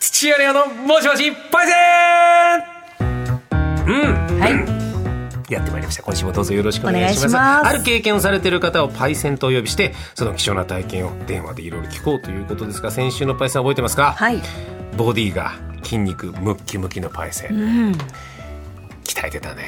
シオレオのもしもしパイセンうんはい。やってまいりました今週もどうぞよろしくお願いしますお願いしますある経験をされている方をパイセンとお呼びしてその貴重な体験を電話でいろいろ聞こうということですが先週のパイセン覚えてますか、はい。ボディが筋肉ムッキムキのパイセン、うん。鍛えてたね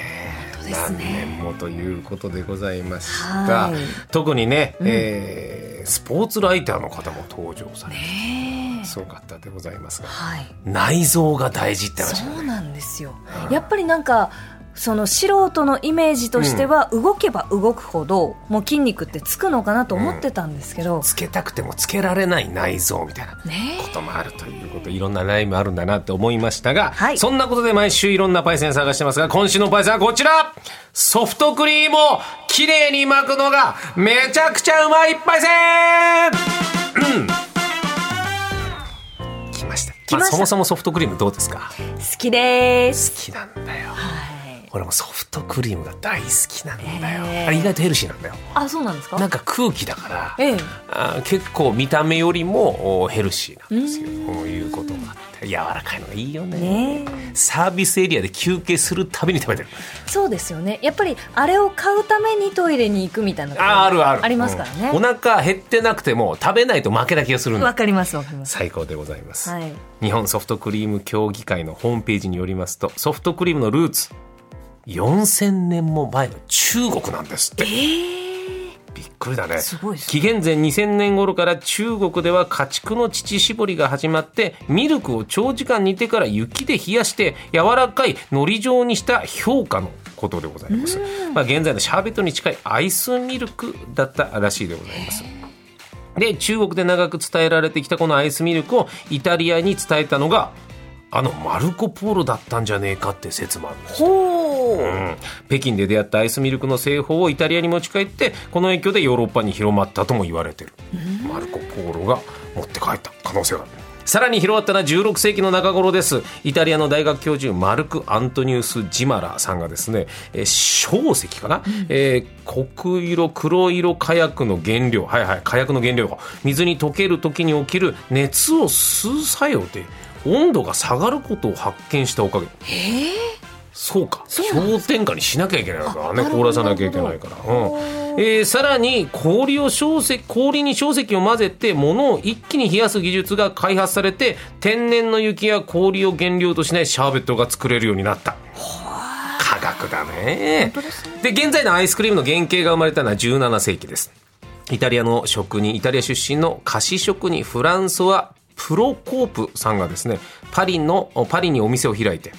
当です何ね年もということでございましたはい特にね、えースポーツライターの方も登場されて、ええすごかったでございますがはい。内臓が大事って話そだうねなんですよ。やっぱりなんか。その素人のイメージとしては動けば動くほどもう筋肉ってつくのかなと思ってたんですけど、つけたくてもつけられない内臓みたいなねこともあるということいろんな悩みあるんだなって思いましたが、はいそんなことで毎週いろんなパイセン探してますが今週のパイセンはこちらソフトクリームをきれいに巻くのがめちゃくちゃうまいパイセンうん来ました来ましたあそもそもソフトクリームどうですかえ好きです、好きなんだよはい、俺もソフトクリームが大好きなんだよ、へーあれ意外とヘルシーなんだよあそうなんですかなんか空気だから、ええあー結構見た目よりもおヘルシーなんですよこういうことがあって柔らかいのがいいよねねえサービスエリアで休憩するたびに食べてるそうですよねやっぱりあれを買うためにトイレに行くみたいなことあーあるあるありますからねうんお腹減ってなくても食べないと負けな気がするんわだかりますわかります最高でございます、はい日本ソフトクリーム協議会のホームページによりますとソフトクリームのルーツ4000年も前の中国なんですってええびっくりだねすごいです紀ね元前2000年頃から中国では家畜の乳搾りが始まってミルクを長時間煮てから雪で冷やして柔らかい海苔状にした氷菓のことでございます、まあ、現在のシャーベットに近いアイスミルクだったらしいでございますで中国で長く伝えられてきたこのアイスミルクをイタリアに伝えたのがあのマルコ・ポーロだったんじゃねえかって説もあるんですほううん北京で出会ったアイスミルクの製法をイタリアに持ち帰ってこの影響でヨーロッパに広まったとも言われてるマルコ・ポーロが持って帰った可能性があるさらに広まったのは16世紀の中頃ですイタリアの大学教授マルク・アントニウス・ジマラさんがですね、えー硝石かな、えー黒色黒色火薬の原料はいはい火薬の原料が水に溶ける時に起きる熱を吸う作用で温度が下がることを発見したおかげええそうかそうなん氷点下にしなきゃいけないからねあなるほ凍どらさなきゃいけないから、うんほうえーさらに氷を小石氷に小石を混ぜて物を一気に冷やす技術が開発されて天然の雪や氷を原料としないシャーベットが作れるようになった科学だね本当ですねで現在のアイスクリームの原型が生まれたのは17世紀ですイタリアの職人イタリア出身の菓子職人フランソワ・プロコープさんがですねパリのパリにお店を開いて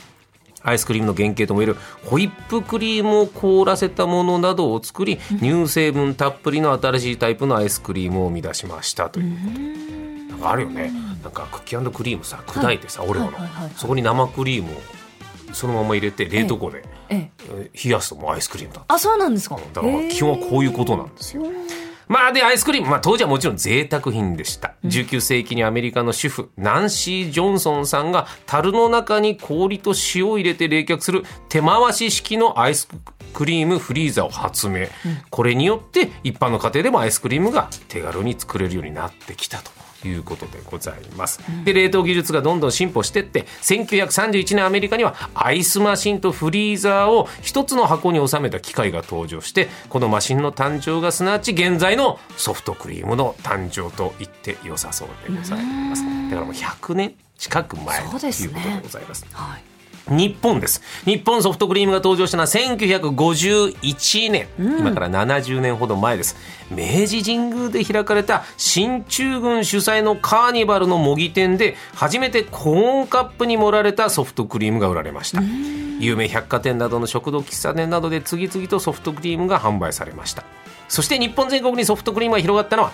アイスクリームの原型ともいえるホイップクリームを凍らせたものなどを作り乳成分たっぷりの新しいタイプのアイスクリームを生み出しましたというなんかあるよねなんかクッキークリームさ砕いてさ、オレオの、はいはいはいはいそこに生クリームをそのまま入れて冷凍庫でえええー冷やすともうアイスクリームだあそうなんですかだから基本はこういうことなんですよ。まあでアイスクリーム、まあ、当時はもちろん贅沢品でした19世紀にアメリカの主婦ナンシー・ジョンソンさんが樽の中に氷と塩を入れて冷却する手回し式のアイスクリームフリーザーを発明、これによって一般の家庭でもアイスクリームが手軽に作れるようになってきたと。いうことでございます。で、冷凍技術がどんどん進歩してって、1931年アメリカにはアイスマシンとフリーザーを一つの箱に収めた機械が登場して、このマシンの誕生がすなわち現在のソフトクリームの誕生と言って良さそうでございます。だからもう100年近く前そうとでいすうねことでございます。はい日本です日本ソフトクリームが登場したのは1951年、今から70年ほど前です明治神宮で開かれた進駐軍主催のカーニバルの模擬店で初めてコーンカップに盛られたソフトクリームが売られました有名百貨店などの食堂喫茶店などで次々とソフトクリームが販売されましたそして日本全国にソフトクリームが広がったのは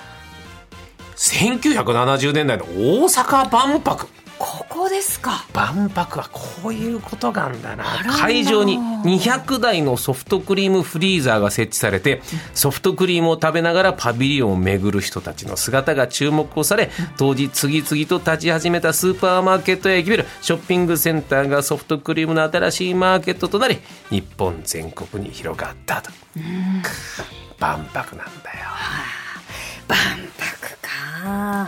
1970年代の大阪万博ここですか万博はこういうことがあんだならまあ会場に200台のソフトクリームフリーザーが設置されてソフトクリームを食べながらパビリオンを巡る人たちの姿が注目をされ当時次々と立ち始めたスーパーマーケットや駅ビルショッピングセンターがソフトクリームの新しいマーケットとなり日本全国に広がったと万博なんだよ万博か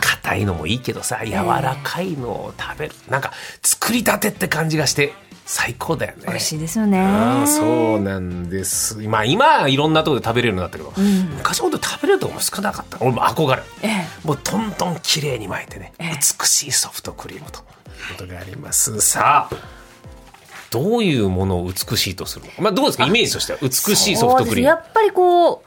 硬硬いのもいいけどさ柔らかいのを食べる、なんか作りたてって感じがして最高だよね美味しいですよねうんそうなんです。まあ今はいろんなところで食べれるようになったけど、昔ほど食べれるとこも少なかった。俺も憧れ。ええもうトントン綺麗に巻いてね、ええ美しいソフトクリームということであります。さあ、どういうものを美しいとするのか。まあどうですかイメージとしては美しいソフトクリーそうム。ですやっぱりこう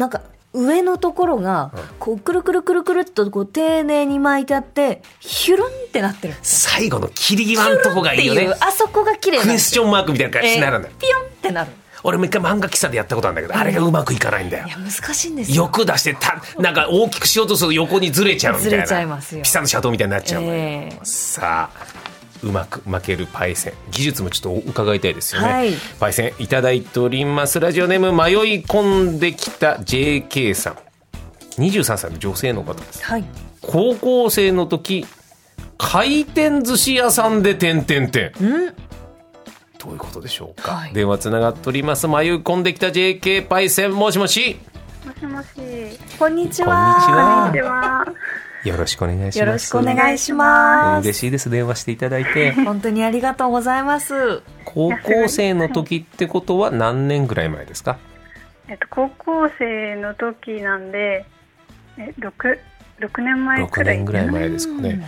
なんか上のところがこうくるくるくるくるっとこう丁寧に巻いてあってヒュルンってなってる最後の切り際のとこがいいよヒュルンねって。いうあそこが綺麗クなんエでスすチョンマークみたいな感じになるんだよええピヨンってなる俺も一回漫画喫茶でやったことあるんだけど、あれがうまくいかないんだよい。や難しいんですよ欲出してたなんか大きくしようとすると横にずれちゃうみたいなずれちゃいますよピサのシャドウみたいになっちゃうのよ、ええさあうまく負けるパイセン技術もちょっと伺いたいですよね、はいパイセンいただいておりますラジオネーム迷い込んできた JK さん23歳の女性の方ですはい高校生の時回転寿司屋さんで点々点うんどういうことでしょうか、はい電話つながっております迷い込んできた JK パイセンもしもしもしもし。こんにこんにちこはんちは。よろしくお願いしますよろしくお願いします嬉しいです電話していただい て本当にありがとうございます高校生の時ってことは何年ぐらい前ですかえっと高校生の時なんで、え六六年前く6らい。年ぐらい前ですかね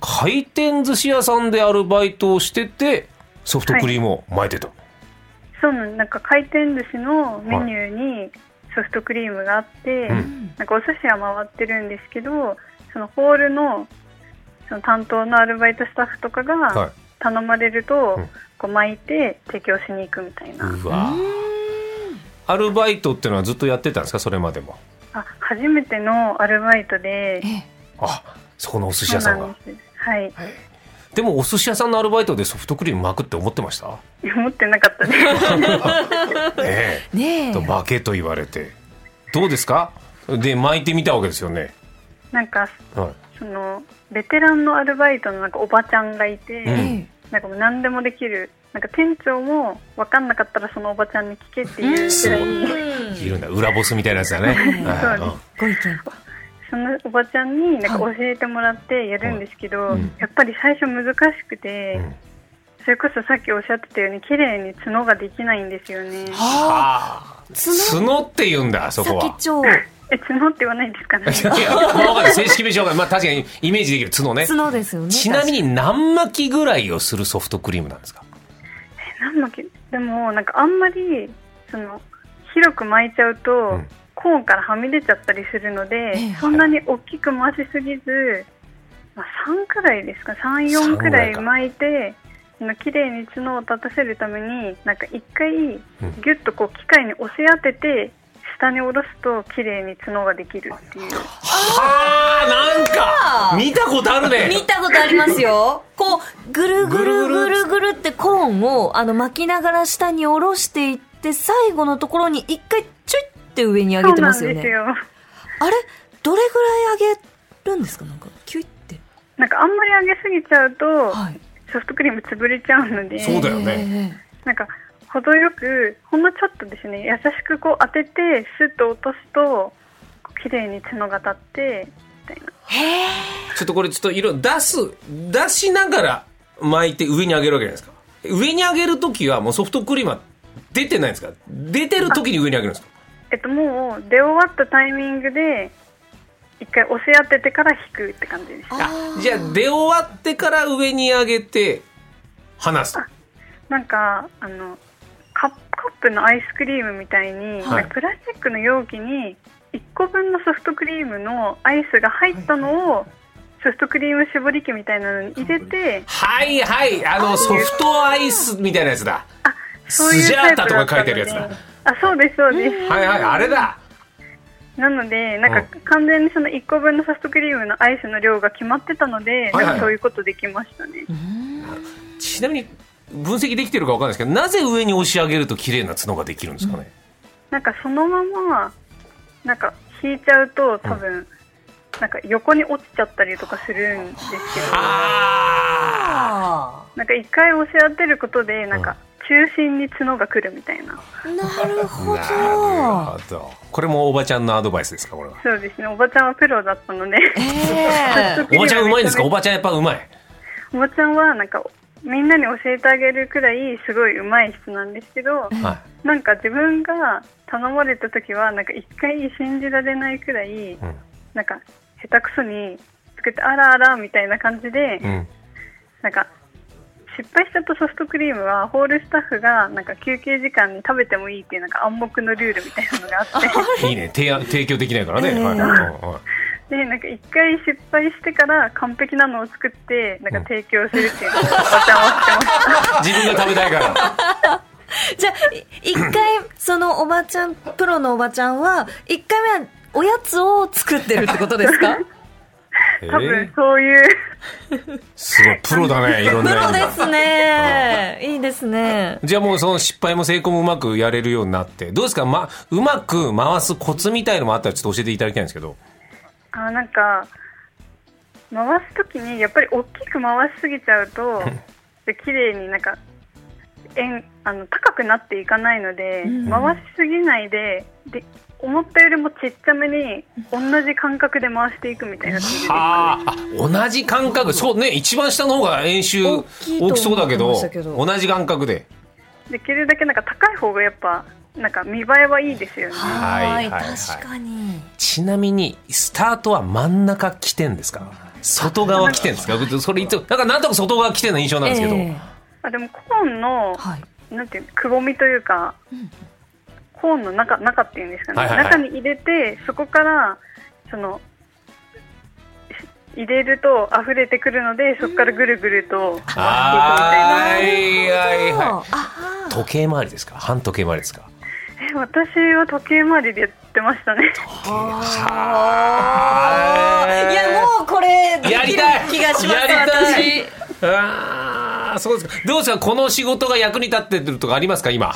回転寿司屋さんでアルバイトをしててソフトクリームを巻いてた、そうなんなんか回転寿司のメニューにソフトクリームがあって、ううんんなんかお寿司は回ってるんですけど、そのホールのその担当のアルバイトスタッフとかはいが頼まれると、うんこう巻いて提供しに行くみたいな。うわアルバイトってのはずっとやってたんですかそれまでもあ初めてのアルバイトで。えあそこのお寿司そ屋うさんがなんです。はい。でもお寿司屋さんのアルバイトでソフトクリーム巻くって思ってました 持ってなかったです。 ええねええと負けと言われてどうですかで巻いてみたわけですよね、なんかはそのベテランのアルバイトのなんかおばちゃんがいて、うんえなんかもう何でもできるなんか店長も分かんなかったらそのおばちゃんに聞けってえいうすくごらい、い、いうんるんだ裏ボスみたいなやつだね、はいうんご意見そのおばちゃんになんか教えてもらってやるんですけど、うんやっぱり最初難しくて、うんそれこそさっきおっしゃってたように綺麗に角ができないんですよねはあああ角角って言うんだそこ先はっ。ちょ え角って言わないんですかねいやまあわかんない正式名称がまあ確かにイメージできる角ね。角ですよねちなみに何巻きぐらいをするソフトクリームなんですか。何のけでもなんかあんまりその広く巻いちゃうと、んコーンからはみ出ちゃったりするので、ええそんなに大きく回しすぎず、まあ、3くらいですか3 34くらぐらいいか巻いてその綺麗に角を立たせるためになんか1回ギんュッとこう機械に押し当てて下に下ろすと綺麗に角ができるっていうはあなんか見たことある見ね。たことありますよ。こう、ぐるぐるぐるぐるってコーンを、あの、巻きながら下に下ろしていって、最後のところに一回ちょいって上に上そげうてまなんすよですね。よあれどれぐらい上げるんですかなんか、キュイって。なんかあんまり上げすぎちゃうとはい。ソフトクリーム潰れちゃうのでそうだよねなんか程よくほんのちょっとですね優しくこう当ててスッと落とすとこう綺麗に角が立ってみたいなええ。へえ。ちょっとこれちょっと色出す出しながら巻いて上に上げるわけじゃないですか。上に上げるときはもうソフトクリームは出てないんですか。出てるときに上に上げるんですか。えっともう出終わったタイミングで一回押し当ててから引くって感じですあじゃあ出終わってから上に上げて離すと。なんかあのカップカップのアイスクリームみたいに、はいプラスチックの容器に1個分のソフトクリームのアイスが入ったのをソフトクリーム絞り器みたいなのに入れてはいはいあのソフトアイスみたいなやつだそういうスジャターイタプだっとたのかで書いてるやつだあそうですそうですはいはいあれだなので、なんか完全にその1個分のソフトクリームのアイスの量が決まってたのはいで、はいなんかそういうことできましたね。ちなみに分析できてるかわかんないですけどなぜ上に押し上げると綺麗な角ができるんですかね、なんかそのまま、なんか引いちゃうと多分、なんか横に落ちちゃったりとかするんですけど、あああなんか一回押し当てることで、なんか中心に角が来るみたいななるほなど。るほど。これもおばちゃんのアドバイスですか、これは。そうですねおばちゃんはプロだったのでええおばちゃんうまいんですかおばちゃんやっぱうまい。おばちゃんはなんかみんなに教えてあげるくらいすごい上手い人なんですけどはなんか自分が頼まれた時はなんか一回信じられないくらい、んなんか下手くそに作ってあらあらみたいな感じで、い。うん。なんか失敗しちゃったソフトクリームはホールスタッフがなんか休憩時間に食べてもいいっていうなんか暗黙のルールみたいなのがあ っていいね。提案、提供できないからね。はい。うんはいでなんか一回失敗してから完璧なのを作ってなんか提供するっ ていうのをおばちゃんはしてました。自分が食べたい から。 じゃあ、い一回、そのおばちゃん、プロのおばちゃんは、一回目はおやつを作ってるってことですかえ多分ー、そういう、すごい。プロだね。いろんプな意ロ味でが。すね。いいですね。じゃあもうその失敗も成功もうまくやれるようになって。どうですかま、うまく回すコツみたいのもあったらちょっと教えていただきたいんですけど。あなんか、回すときに、やっぱり大きく回しすぎちゃう と、で綺麗になんか、円あの高くなっていかないので、うん回しすぎないで、で、思ったよりもちっちゃめに、同じ感覚で回していくみたいな感じですあーあ、同じ感覚。そうね。一番下の方が演習大きいと思大きそうだけってどましたけ、ど同じ感覚で。できるだけなんか高い方がやっぱ、なんか見栄えはいいですよね。はいはいはい確かに。ちなみに、スタートは真ん中起点ですか外側起点 ですかそれいつも、なんかなんとか外側起点の印象なんですけど。ええあでもコーンの、はい。なんていうのくぼみというか、コーンの中中っていうんですかね、はいはいはい中に入れてそこからそのし入れると溢れてくるのでそこからぐるぐると回していくみたいなは。いはいはい。ああ時計回りですか半時計回りですかえ私は時計回りでやってまし たね。はー。いや、もうこれ、でやきりるたい気がします、やりた私。いあーそうですかどうですかこの仕事が役に立ってるとかありますか今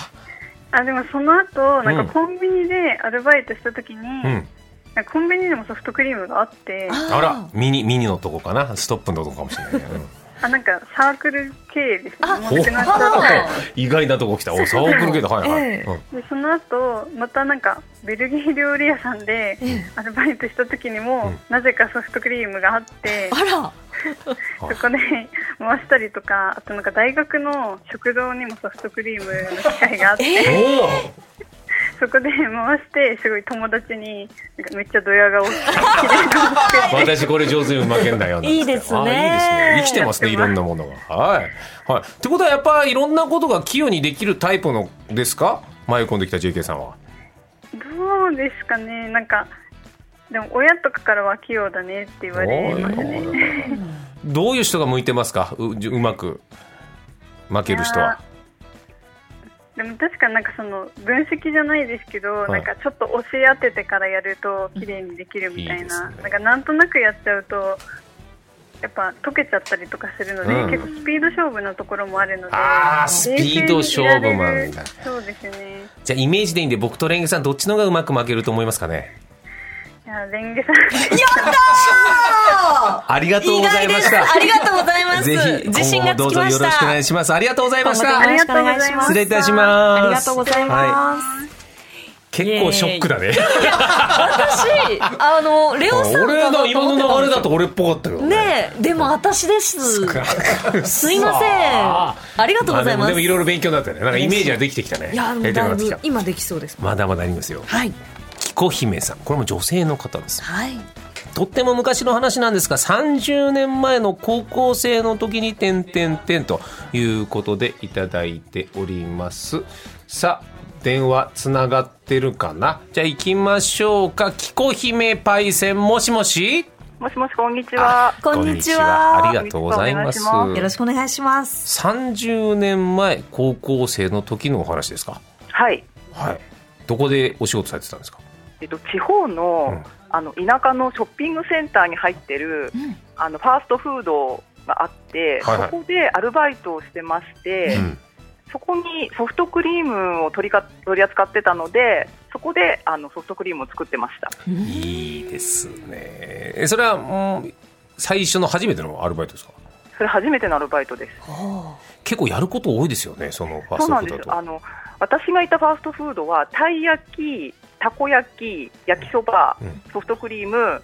あでもその後なうんんかコンビニでアルバイトした時に、うんなんかコンビニでもソフトクリームがあってあらミニミニのとこかなストップのとこかもしれ ないね、うんあなんかサークル経営ですね。もうおなくなっちゃって意外なとこ来た おサオくるけどはいはい、ええうんでその後またなんかベルギー料理屋さんでアルバイトした時にも、うんなぜかソフトクリームがあって、あら。そこで回したりとかあとなんか大学の食堂にもソフトクリームの機会があってえおそこで回してすごい友達になんかめっちゃドヤ顔して綺麗なの作っ ー私これ上手にうまけんだよなんつっていいですねあーいいですね生きてますねいろんなものがはい、はい、ってことはやっぱいろんなことが器用にできるタイプのですか迷い込んできた JK さんはてどうですかねなんかでも親とかからは器用だねって言われましたね。どういう人が向いてますかううまく負ける人は。でも確かになんかその分析じゃないですけど、いなんかちょっと教え当ててからやると綺麗にできるみたいな、いいですねなんかなんとなくやっちゃうとやっぱ溶けちゃったりとかするので、うん結構スピード勝負のところもあるのであースピード勝負もあるんだ冷静にいられるそうですねじゃあイメージでいいんで僕とレンゲさんどっちの方がうまく負けると思いますかねいやレンゲさん ありがとうございまし意外ですあた。りがとうございます。ぜひ自信今後もがつどうぞきましよろしくお願たい。します。ありがとうございまし頑張ってた。よろしくお願いします失礼いたします。ありがとうござはいます。結構ショックだ ね。私、あの、レオさん俺かなのと今思ってたのん流でれすだと俺っぽかったよよ。。ねえ、でも私です。すいません。ありがとうございあま。でもですもいいろいろ勉強になったね。なんかイメージはできてきたね。や、でやもりたくだないってきぶた、今できそうです。まだまだありますよ。はい。紀子姫さん。これも女性の方です。はい。とっても昔の話なんですが30年前の高校生の時に「点点点」ということでいただいておりますさあ電話つながってるかなじゃあ行きましょうか紀子姫パイセンもしもしもしもしこんにちはこんにちはありがとうございますよろしくお願よろしくお願いします。 30年前高校生の時のお話ですかはい、はいどこでお仕事されてたんですかえっと、地方の,、あの田舎のショッピングセンターに入ってる、んあのファーストフードがあって、はいはいそこでアルバイトをしてまして、うんそこにソフトクリームを取りか取り扱ってたのでそこであのソフトクリームを作ってましたいいですねえそれは、うん、最初の初めてのアルバイトですかそれ初めてのアルバイトです。結構やること多いですよね、そのファーそスうトなんフでーすドだよと。あの私がいたファーストフードはたい焼き、たこ焼き、焼きそば、うんソフトクリーム、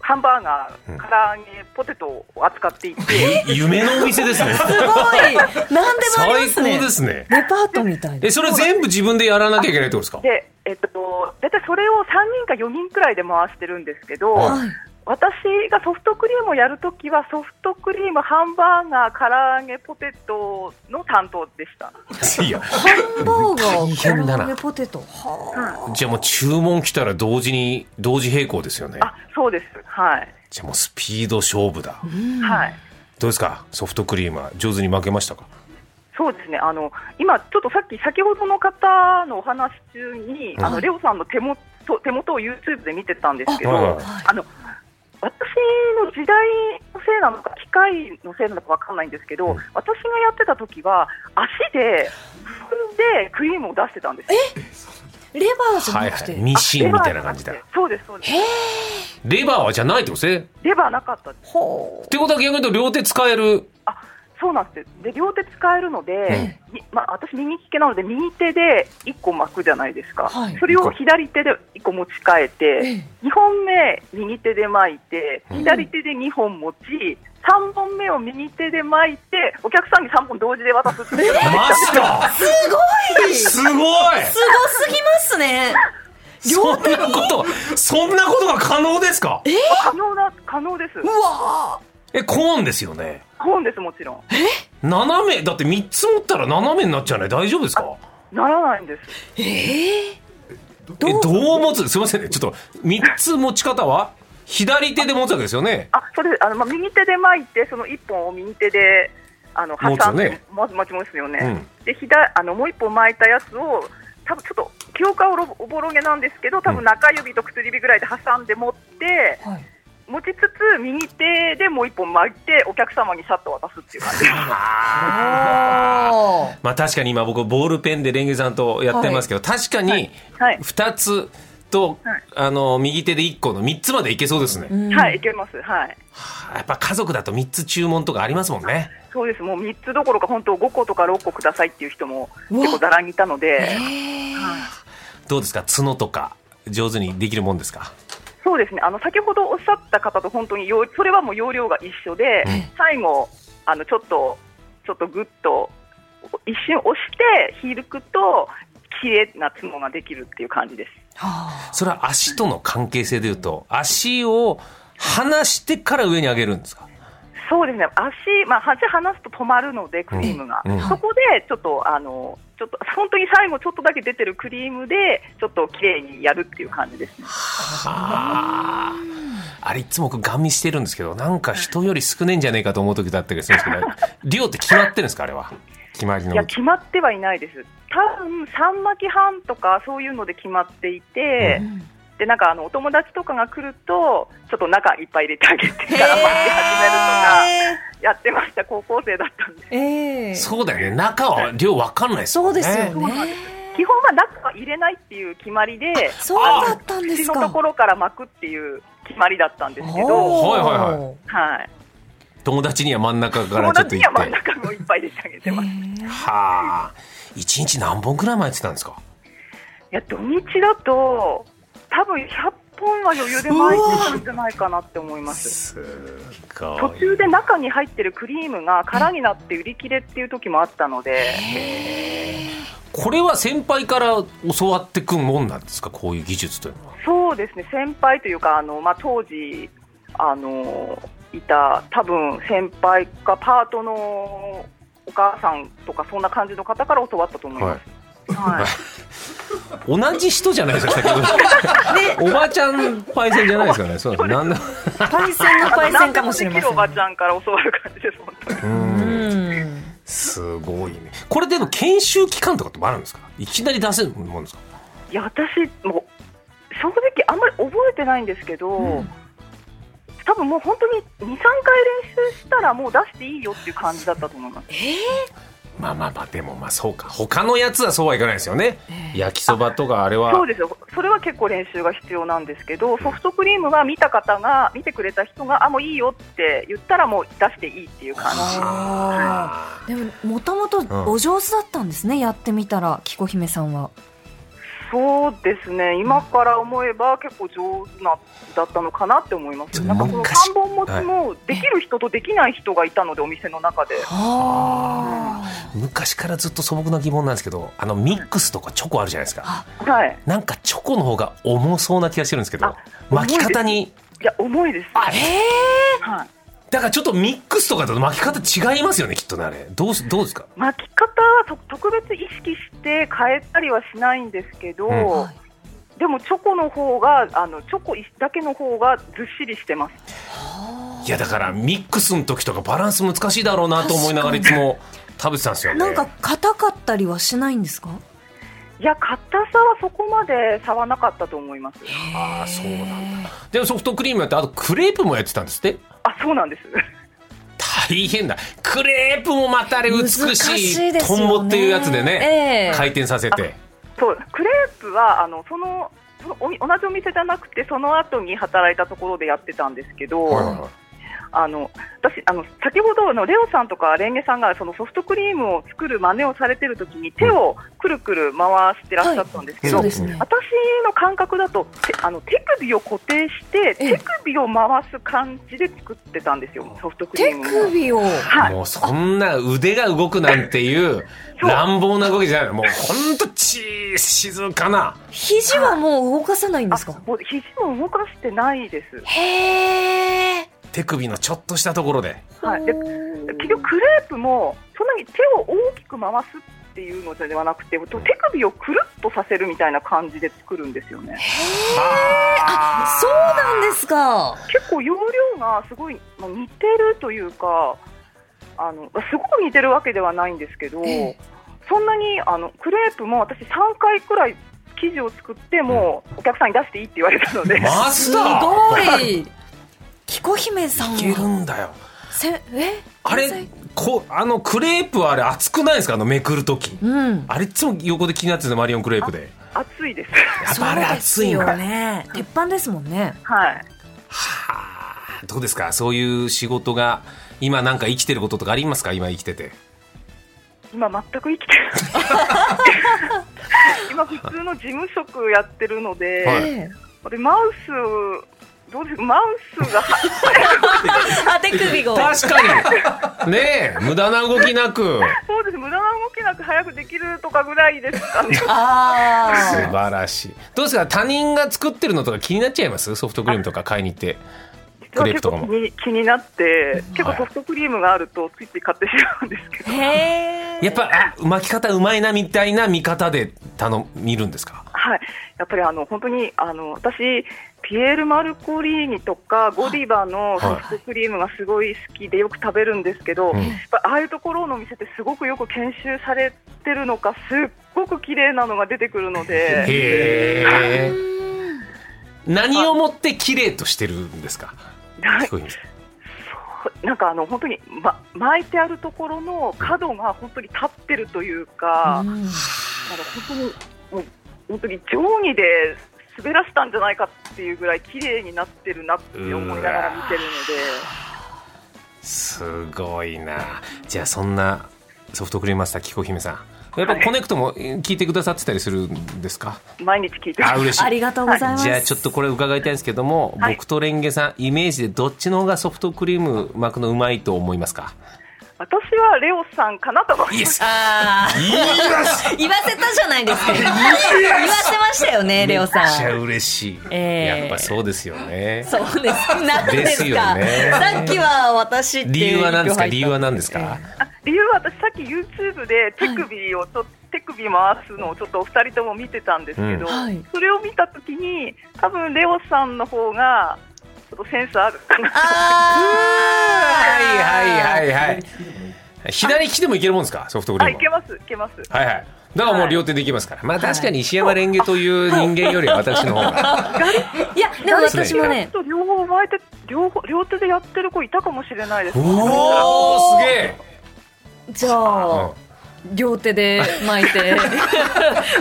ハンバーガうんー、唐揚げ、ポテトを扱っていて、ゆ夢のお店ですね。すごい何でもありま最す高ねですね。レパートみたいなえ、それ全部自分でやらなきゃいけないってことですかでえっと大体それを3人か4人くらいで回してるんですけど、は私がソフトクリームをやるときはソフトクリーム、ハンバーガー、唐揚げ、ポテトの担当でした。いや、ハンバーガ大変ーだ唐な揚げポテトはじゃあもう注文来たら同時に、同時並行ですよね。あそうです、はい、じゃあもうスピード勝負だ。はいどうですかソフトクリームは上手に負けましたかそうですねあの今、ちょっとさっき先ほどの方のお話中に、うんあのレオさんの手元手元を YouTube で見てたんですけど、あはいあはいの私の時代のせいなのか、機械のせいなのかわかんないんですけど、うん私がやってた時は、足で踏んでクリームを出してたんですよ。いレバーじゃはいなくはい。てミシンみたいな感じだあレ。バーなくてそうです、そうです。レバーはじゃないってことですね。レバーなかったです。ほってことは逆に言うと両手使える。そうなんですよで両手使えるので、みまあ、私、右利きなので右手で1個巻くじゃないですか、はいそれを左手で1個持ち替えて、2本目、右手で巻いて、うん左手で2本持ち、3本目を右手で巻いて、お客さんに3本同時で渡すっていうのがマスタうすごーいすすごいごすぎますねそんなこと、そんなことが可能ですかえ可能だ可能です、うわコーンですよね。本です、もちろん。斜め、だって3つ持ったら斜めになっちゃうね。大丈夫ですかならないんです、ーえええ、どうどう持つすいませんね。ちょっと、3つ持ち方は左手で持つわけですよね。あそれあのまあ、右手で巻いて、その1本を右手であの持つ挟んで、ねまず巻きますよね。うん。で左あのもう一本巻いたやつを多分ちょっと記憶はおろおぼろげなんですけど多う分ん中指と薬指ぐらいで挟んで持って、はい持ちつつ右手でもう一本巻いてお客様にさっと渡すっていう感じあまあ確かに今僕ボールペンでレンゲさんとやってますけど、確かにはい、 2つと、はいあの、右手で1個の3つまでいけそうですね。ーはいいけますはいやっぱ家族だと3つ注文とかありますもんね。そうですもう3つどころか本当5個とか6個くださいっていう人もわ結構ざらにいたのでえーどうですか角とか上手にできるもんですかそうですねあの先ほどおっしゃった方と本当にようそれはもう要領が一緒で、うん最後あのちょっとちょっとグッと一瞬押してひるくと綺麗な角ができるっていう感じですはあそれは足との関係性で言うと足を離してから上に上げるんですかそうですね足、まあ、足離すと止まるのでクリームが、うんうんそこでちょっとあのちょっと本当に最後ちょっとだけ出てるクリームでちょっと綺麗にやるっていう感じですねはああれいつも僕ガン見してるんですけどなんか人より少ねえんじゃねえかと思う時だったりするんですけど量って決まってるんですかあれは決まりのいや決まってはいないです多分3巻き半とかそういうので決まっていて、うでなんかあのお友達とかが来るとちょっと中いっぱい入れてあげてから巻き始めるとかやってました高校生だったんでええそうだよね中は量わかんないですそもうんねですよね基本は中は入れないっていう決まりでそうだったんです口のかところから巻くっていう決まりだったんですけおど、はいはいはいはい、友達には真ん中から友ちょっと達に行はっ真んて中もいっぱい入れてあげてます、いはあ一日何本くらい巻いてたんですかや土日だと多分100本は余裕で巻いてたんじゃないかなって思いますすごい途中で中に入ってるクリームが空になって売り切れっていう時もあったので。これは先輩から教わってくんもんなんですかこういう技術というのは。そうですね、先輩というか、あのまあ、当時あの、いた、多分先輩か、パートのお母さんとか、そんな感じの方から教わったと思います。はい同じ人じゃないですか先ほどおばちゃんパイセンじゃないですかね そうなんですパイセンの パイセンかもしれませ何でできるおばんちゃんから教わる感じです、本当に。なんだうんうんすごいねこれでも研修期間とかってもあるんですかいきなり出せるもんですかいや、私、もう、正直、あんまり覚えてないんですけど、うん多分もう本当に2、3回練習したら、もう出していいよっていう感じだったと思います。まあまあまあでもまあそうか他のやつはそうはいかないですよね、焼きそばとかあれはそうですよそれは結構練習が必要なんですけどソフトクリームは見た方が見てくれた人があもういいよって言ったらもう出していいっていう感じあでももともとお上手だったんですね、やってみたら紀子姫さんはそうですね今から思えば結構上手なだったのかなって思いますちょなんかもそう一の回し3本持ちもできる人とできない人がいたのでお店の中であー昔からずっと素朴な疑問なんですけどあのミックスとかチョコあるじゃないですかはいなんかチョコの方が重そうな気がしてるんですけどあ巻き方にいや重いですあえはいだからちょっとミックスとかだと巻き方違いますよねきっとねあれどうしどうですか巻き方はと特別意識して変えたりはしないんですけど、うんはでもチョコの方があのチョコだけの方がずっしりしてますいやだからミックスの時とかバランス難しいだろうなと思いながらいつも食べてたんですよねなんか硬かったりはしないんですかいや硬さはそこまで差はなかったと思いますああそうなんだでもソフトクリームやってあとクレープもやってたんですってあそうなんです 大変だクレープもまたあれ美し難しいいですトよねンボっていうやつでね、ええ回転させてそうクレープはあのそのそのお同じお店じゃなくてその後に働いたところでやってたんですけど、はいはいはいあの私あの先ほどのレオさんとかレンゲさんがそのソフトクリームを作る真似をされてる時に手をくるくる回してらっしゃったんですけはいど、そうですね私の感覚だとてあの手首を固定してええ手首を回す感じで作ってたんですよソフトクリ手ームを首をはいもうそんな腕が動くなんていうそう乱暴な動きじゃないもうほんとち静かな肘はもう動かさないんですかあもう肘も動かしてないです、へえ手首のちょっとしたところではい、で結局クレープもそんなに手を大きく回すっていうのではなくて手首をくるっとさせるみたいな感じで作るんですよねあそうなんですか結構容量がすごい、まあ、似てるというかあのすごく似てるわけではないんですけど、ええそんなにあのクレープも私3回くらい生地を作ってもうお客さんに出していいって言われたので、マすスターごい紀子姫さんいけるはんだよせえあれこあのクレープはあれ熱くないですかあのめくる時うんあれいつも横で気になってたマリオンクレープで熱いです。やっぱあれ熱いんそうだですよね鉄板ですもんねはいはあどうですかそういう仕事が今なんか生きてることとかありますか今生きてて今全く生きてる今普通の事務職やってるので、はいええこれマウスどうですマウスがあ手 首を確か にねえ無駄な動きなくそうです無駄な動きなく早くできるとかぐらいですかね素あ晴らしいどうですか他人が作ってるのとか気になっちゃいますソフトクリームとか買いに行ってクレープ結とか構も気に気になって結はい構ソフトクリームがあるとついつい買ってしまう んですけどあへえやっぱあ巻き方うまいなみたいな見方で頼みるんですかはい、やっぱりあの本当にあの私、ピエール・マルコリーニとかゴディバのソフトクリームがすごい好きでよく食べるんですけど、うんやっぱああいうところのお店ってすごくよく研修されてるのかすっごく綺麗なのが出てくるのでへえ何をもって綺麗としてるんですかはい聞こえますなんかあの本当に、ま、巻いてあるところの角が本当に立ってるというか,、うんなんか本当にもう本当に定規で滑らしたんじゃないかっていうぐらい綺麗になってるなって思いながら見てるので。すごいなじゃあそんなソフトクリームマスター紀子姫さんやっぱコネクトもえー聞いてくださってたりするんですか毎日聞いてまあす。嬉しいありがとうございますじゃあちょっとこれ伺いたいんですけども、はい僕とレンゲさんイメージでどっちの方がソフトクリーム巻くのうまいと思いますか私はレオさんかなと思います。あー言わせたじゃないですか言わせましたよねレオさめっちゃん嬉しい、えーやっぱそうですよねそうですなんですですよかねさっきは私って理由は何ですか一理由票入はった何ですか、理由は私さっき YouTube で手首をちょっと、手首回すのをちょっとお二人とも見てたんですけど、うんはいそれを見たときに多分レオさんの方がちょっとセンスあるかな。ははいはいはいはい左利きでもいけるもんですかソフトクリあ、ーいムけはます、いけます。はいはいだからもう両手でいきますから、まあ確かに石山レンゲという人間よりは私の方がいやでも私もねちょっと両方巻いて両方両手でやってる子いたかもしれないです。おおすげえじゃあ、う両手で巻い て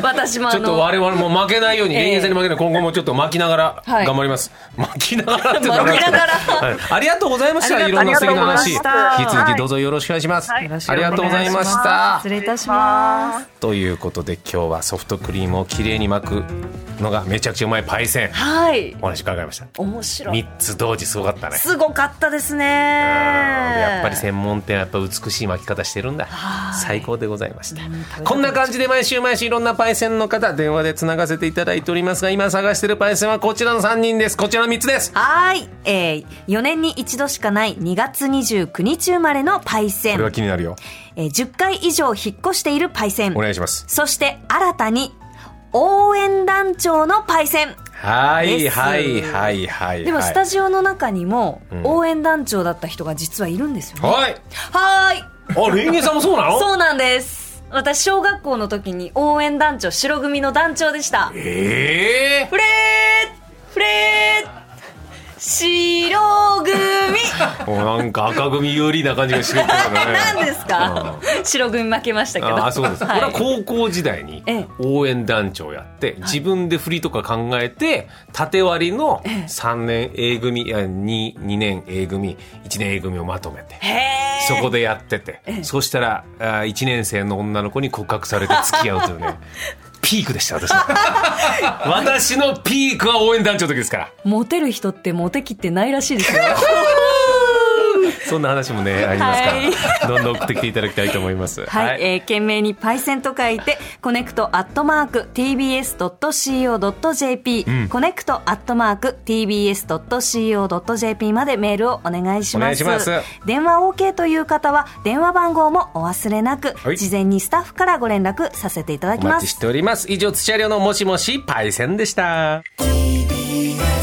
私もあちょっとの我々も負けないように、ええ芸人さんに負けない今後もちょっと巻きながらはい頑張ります、巻きながらってなりますけど巻きながらはい ありがとうございましたあいりろがんとなう素敵な話引ございましたき続きどうぞよろしくお願いします、はいよろしくあおり願がいとうございまししまたす失礼いたしますということで今日はソフトクリームをきれいに巻くのがめちゃくちゃうまいパイセンはいお話伺いました面白い3つ同時すごかったねすごかったですうんねややっぱり専門店はやっぱ美しい巻き方してるんだはい最高でございました食べたくなっちゃうこんな感じで毎週毎週いろんなパイセンの方電話でつながせていただいておりますが今探してるパイセンはこちらの3人ですこちらの3つですはーい、えー、4年に一度しかない2月29日生まれのパイセン、気になるよえー、10回以上引っ越しているパイセンお願いしますそして新たに応援団長のパイセンはいですはいはいはいでもスタジジオの中にもん応援団長だった人が実はいるんですよね、はいはーいあレンゲさんもそうなのそうなんです私小学校の時に応援団長白組の団長でしたええフレーフレー白組ー、もうなんか赤組有利な感じがしてるけどね 何ですか白組負けましたけどああそうです、はい俺は高校時代にええ応援団長やって、自分で振りとか考えて縦割りの3年 A 組いや 2, 2年 A 組1年 A 組をまとめてへえそこでやってて、そしたらあ1年生の女の子に告白されて付き合うという ねピークでした私の私のピークは応援団長の時ですからモテる人ってモテきってないらしいですよそんな話もねありますから、どんどん送ってきていただきたいと思いますはい、えー懸命にパイセンと書い て、コネクトアットマーク tbs.co.jp、コネクトアットマーク tbs.co.jp までメールをお願いします。お願いします電話 OK という方は、電話番号もお忘れなく、はい事前にスタッフからご連絡させていただおきま待すちし。ております以上土屋亮のもしもしパイセンでした TBS